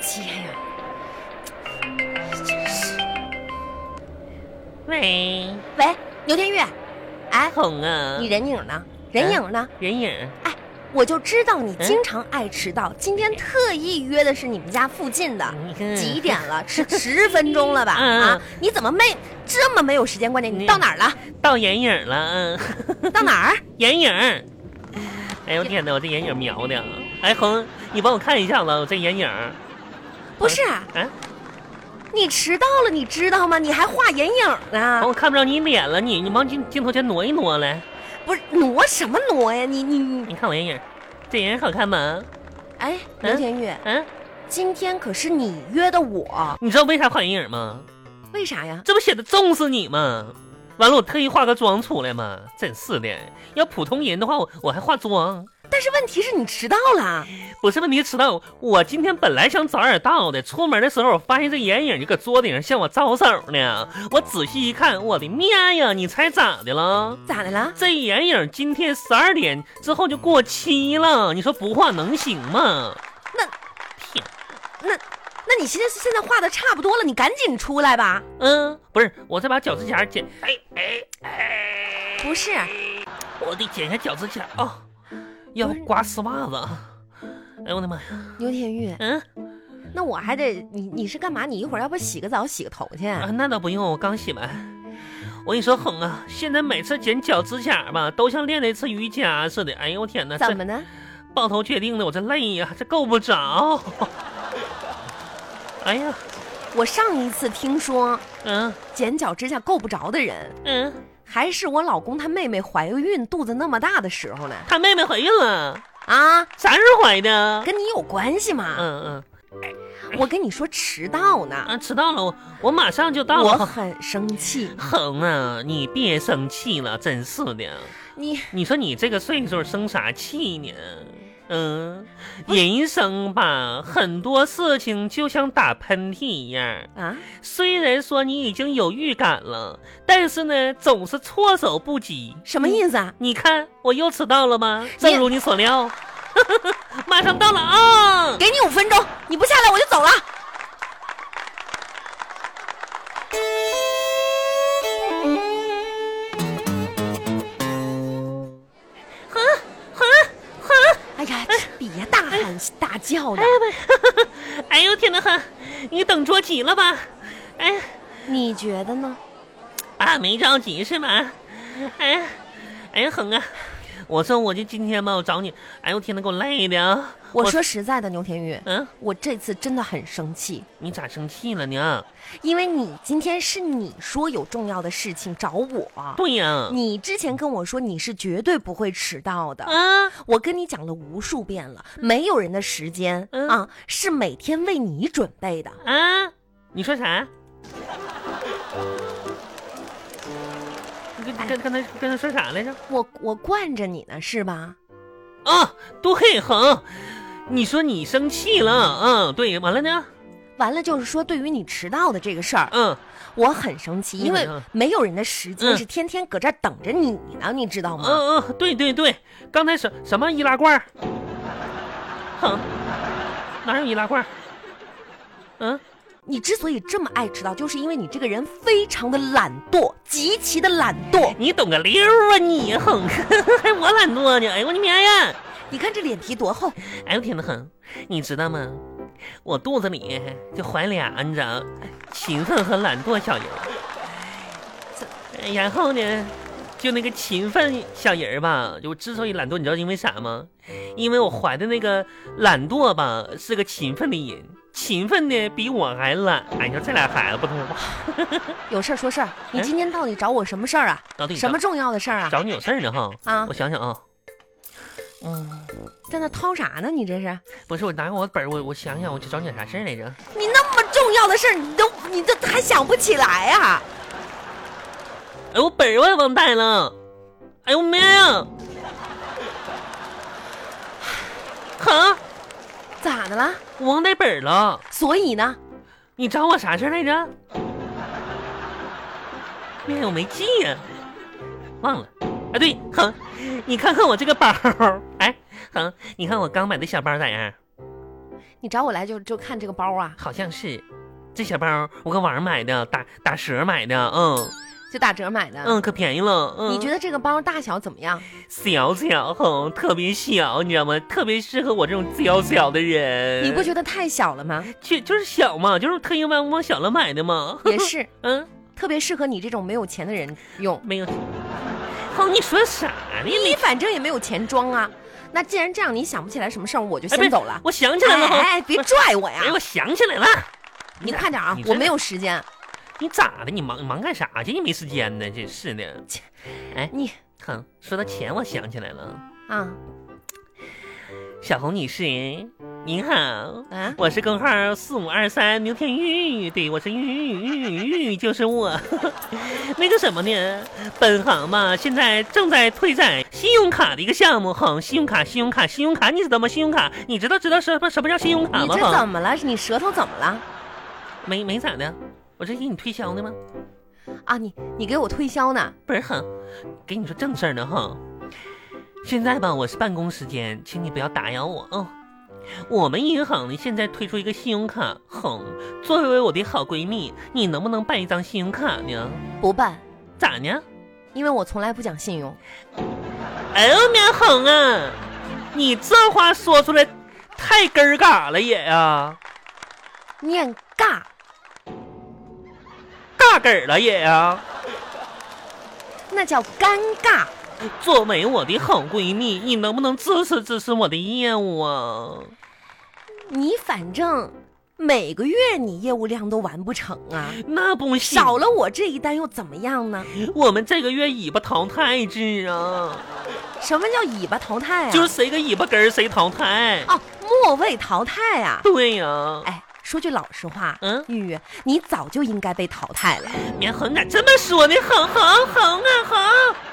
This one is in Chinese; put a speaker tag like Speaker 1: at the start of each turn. Speaker 1: 接呀、
Speaker 2: 喂，
Speaker 1: 喂，牛天玉，哎，
Speaker 2: 红啊，
Speaker 1: 你人影呢？人影呢？
Speaker 2: 人影，
Speaker 1: 我就知道你
Speaker 2: 嗯
Speaker 1: 经常爱迟到，今天特意约的是你们家附近的。
Speaker 2: 你看
Speaker 1: 几？点 了？迟十分钟了吧？
Speaker 2: 嗯
Speaker 1: 啊，你怎么没这么没有时间观念？你
Speaker 2: 你
Speaker 1: 到哪儿 了？
Speaker 2: 到人影了，嗯，
Speaker 1: 到哪儿？
Speaker 2: 人影。哎呦天哪，我这眼影瞄的。哎，红，你帮我看一下子，我这眼影。
Speaker 1: 不是，啊
Speaker 2: 哎，
Speaker 1: 你迟到了，你知道吗？你还画眼影呢？
Speaker 2: 我看不着你脸了，你你往镜镜头前挪一挪来，
Speaker 1: 不是挪什么挪呀？你你你，
Speaker 2: 你看我眼影，这眼影好看吗？
Speaker 1: 哎，
Speaker 2: 嗯
Speaker 1: 刘天玉，
Speaker 2: 嗯，
Speaker 1: 今天可是你约的我，
Speaker 2: 你知道为啥画眼影吗？
Speaker 1: 为啥呀？
Speaker 2: 这不写的重视你吗？完了，我特意化个妆出来嘛，真是的。要普通人的话，我我还化妆。
Speaker 1: 但是问题是你迟到了，
Speaker 2: 不是问题，迟到。我今天本来想早点到的，出门的时候我发现这眼影就搁桌顶上向我招手呢。我仔细一看，我的妈呀！你猜咋的了？
Speaker 1: 咋的了？
Speaker 2: 这眼影今天十二点之后就过期了，你说不画能行吗？
Speaker 1: 那
Speaker 2: 天，
Speaker 1: 那你现在现在画的差不多了，你赶紧出来吧。
Speaker 2: 嗯，不是，我再把脚趾甲剪，哎哎哎，
Speaker 1: 不是，
Speaker 2: 我得剪一下脚趾甲啊、要
Speaker 1: 不是
Speaker 2: 刮丝袜子。哎呦我的妈呀，
Speaker 1: 牛天玉，
Speaker 2: 嗯
Speaker 1: 那我还得你你是干嘛？你一会儿要不洗个澡、洗个头去？
Speaker 2: 啊，那倒不用，我刚洗完。我跟你说，红啊，现在每次剪脚趾甲吧，都像练了一次瑜伽似的。哎呦我天哪，这
Speaker 1: 怎么呢？
Speaker 2: 抱头确定的，我这累呀、这够不着。 哎呀，
Speaker 1: 我上一次听说
Speaker 2: 嗯
Speaker 1: 剪脚指甲够不着的人，
Speaker 2: 嗯。
Speaker 1: 还是我老公他妹妹怀孕肚子那么大的时候呢。
Speaker 2: 她妹妹怀孕了，
Speaker 1: 啊，
Speaker 2: 啥时候怀的？
Speaker 1: 跟你有关系吗？
Speaker 2: 嗯嗯
Speaker 1: 我跟你说迟到呢，
Speaker 2: 啊，迟到了，我我马上就到
Speaker 1: 我
Speaker 2: 了。
Speaker 1: 很生气。
Speaker 2: 恒啊，你别生气了，真是的。
Speaker 1: 你
Speaker 2: 你说你这个岁数生啥气呢？嗯，人生吧，很多事情就像打喷嚏一样，
Speaker 1: 啊，
Speaker 2: 虽然说你已经有预感了，但是呢，总是措手不及。
Speaker 1: 什么意思啊？
Speaker 2: 你看，我又迟到了吗？正如你所料， 马上到了啊！
Speaker 1: 给你五分钟，你不下来我就走了。
Speaker 2: 恒恒恒！
Speaker 1: 哎呀，别大喊大叫的
Speaker 2: 哎，呀妈！哎呦天哪，哈，你等着急了吧？哎呀
Speaker 1: 你觉得呢？
Speaker 2: 啊，没着急是吧？哎呀，哎呀，恒啊，我说我就今天吧，我找你。哎呦天哪，给我累的啊！
Speaker 1: 我说实在的，牛天宇，
Speaker 2: 嗯，
Speaker 1: 我这次真的很生气，
Speaker 2: 你咋生气了呢？
Speaker 1: 因为你今天是你说有重要的事情找我，
Speaker 2: 对呀、
Speaker 1: 你之前跟我说你是绝对不会迟到的。
Speaker 2: 啊，
Speaker 1: 我跟你讲了无数遍了，没有人的时间、
Speaker 2: 嗯
Speaker 1: 啊是每天为你准备的。
Speaker 2: 啊，你说啥？你跟跟跟他跟他说啥来着？
Speaker 1: 我我惯着你呢是吧？
Speaker 2: 啊，对，恒，你说你生气了，嗯，对，完了呢，
Speaker 1: 完了就是说，对于你迟到的这个事儿，
Speaker 2: 嗯，
Speaker 1: 我很生气，
Speaker 2: 你
Speaker 1: 因为
Speaker 2: 很生
Speaker 1: 没有人的时间
Speaker 2: 嗯
Speaker 1: 是天天搁这儿等着你呢，你知道吗？
Speaker 2: 嗯嗯，对对对，刚才什什么易拉罐儿？哼，哪有易拉罐儿？嗯，
Speaker 1: 你之所以这么爱迟到，就是因为你这个人非常的懒惰，极其的懒惰。
Speaker 2: 你懂个溜儿啊你，哼， 还我懒惰呢，哎呦我的妈呀！
Speaker 1: 你看这脸皮多厚，
Speaker 2: 哎呦天呐，哼，你知道吗？我肚子里就怀俩，你知道，勤奋和懒惰小人儿。这然后呢，就那个勤奋小人儿吧，就之所以懒惰，你知道因为啥吗？因为我怀的那个懒惰吧，是个勤奋的人，勤奋的比我还懒。哎，你说这俩孩子不通话，
Speaker 1: 有事儿说事儿。你
Speaker 2: 哎
Speaker 1: 今天到底找我什么事儿啊？
Speaker 2: 到底
Speaker 1: 什么重要的事儿啊？
Speaker 2: 找你有事儿呢哈？
Speaker 1: 啊
Speaker 2: 我想想啊，嗯，
Speaker 1: 在那掏啥呢？你这是？
Speaker 2: 不是我拿我本儿，我我想想，我去找你点啥事儿来着？
Speaker 1: 你那么重要的事儿，你都你都还想不起来啊？
Speaker 2: 哎，我本儿我也忘带了。哎呦妈呀！ 哈，
Speaker 1: 咋的了？
Speaker 2: 我忘带本儿了。
Speaker 1: 所以呢？
Speaker 2: 你找我啥事儿来着？妈呀，我没记呀、忘了。啊，对，哼，你看看我这个包儿。哎，哼，你看我刚买的小包咋样？
Speaker 1: 你找我来就就看这个包啊，
Speaker 2: 好像是。这小包我搁网上买的，打打折买的，嗯
Speaker 1: 就打折买的。
Speaker 2: 嗯，可便宜了。嗯，
Speaker 1: 你觉得这个包大小怎么样？
Speaker 2: 小巧红特别小，你知道吗？特别适合我这种娇小的人。
Speaker 1: 你不觉得太小了 吗？
Speaker 2: 就就是小嘛，就是特意往往小了买的嘛。
Speaker 1: 也是，
Speaker 2: 嗯，
Speaker 1: 特别适合你这种没有钱的人用。
Speaker 2: 没有。哦，你说啥呢？
Speaker 1: 你
Speaker 2: 你
Speaker 1: 反正也没有钱装啊。那既然这样，你想不起来什么事儿，我就
Speaker 2: 哎不是
Speaker 1: 先走了。
Speaker 2: 我想起来了，
Speaker 1: 哎
Speaker 2: 红
Speaker 1: 哎，别拽我呀
Speaker 2: 哎，！我想起来了。
Speaker 1: 你快点啊
Speaker 2: 你，这
Speaker 1: 我没有时间。
Speaker 2: 你咋的？你忙忙干啥去？你没时间呢？真是的。
Speaker 1: 你
Speaker 2: 哼，说到钱，我想起来了，
Speaker 1: 啊
Speaker 2: 小红女士，您好。
Speaker 1: 啊，
Speaker 2: 我是工号四五二三牛天玉，对我是玉玉玉玉就是我。 那个什么呢，本行吧，现在正在推展信用卡的一个项目，哼，信用卡，信用卡，信用卡，你知道吗？信用卡，你知道知道什么什么叫信用卡
Speaker 1: 你
Speaker 2: 吗？
Speaker 1: 这怎
Speaker 2: 哼，
Speaker 1: 么了？你舌头怎么了？
Speaker 2: 没没咋的，我这给你推销呢吗？
Speaker 1: 啊，你你给我推销呢？
Speaker 2: 不是哼，给你说正事儿呢哼。现在吧，我是办公时间，请你不要打扰我哦。我们银行呢，现在推出一个信用卡，哼，作为我的好闺蜜，你能不能办一张信用卡呢？
Speaker 1: 不办，
Speaker 2: 咋呢？
Speaker 1: 因为我从来不讲信用。
Speaker 2: 哎呦，苗红啊，你这话说出来太根儿嘎了也啊，
Speaker 1: 念尬，
Speaker 2: 嘎根儿了也啊。
Speaker 1: 那叫尴尬。
Speaker 2: 作为我的好闺蜜，你能不能支持支持我的业务啊？
Speaker 1: 你反正每个月你业务量都完不成啊，
Speaker 2: 那不行，
Speaker 1: 少了我这一单又怎么样呢？
Speaker 2: 我们这个月尾巴淘汰制啊，
Speaker 1: 什么叫尾巴淘汰啊？
Speaker 2: 就是谁个尾巴根儿谁淘汰。
Speaker 1: 哦，末位淘汰啊。
Speaker 2: 对呀、
Speaker 1: 哎，说句老实话，
Speaker 2: 嗯
Speaker 1: 玉玉，你早就应该被淘汰了。
Speaker 2: 棉红咋这么说呢？红红红啊红！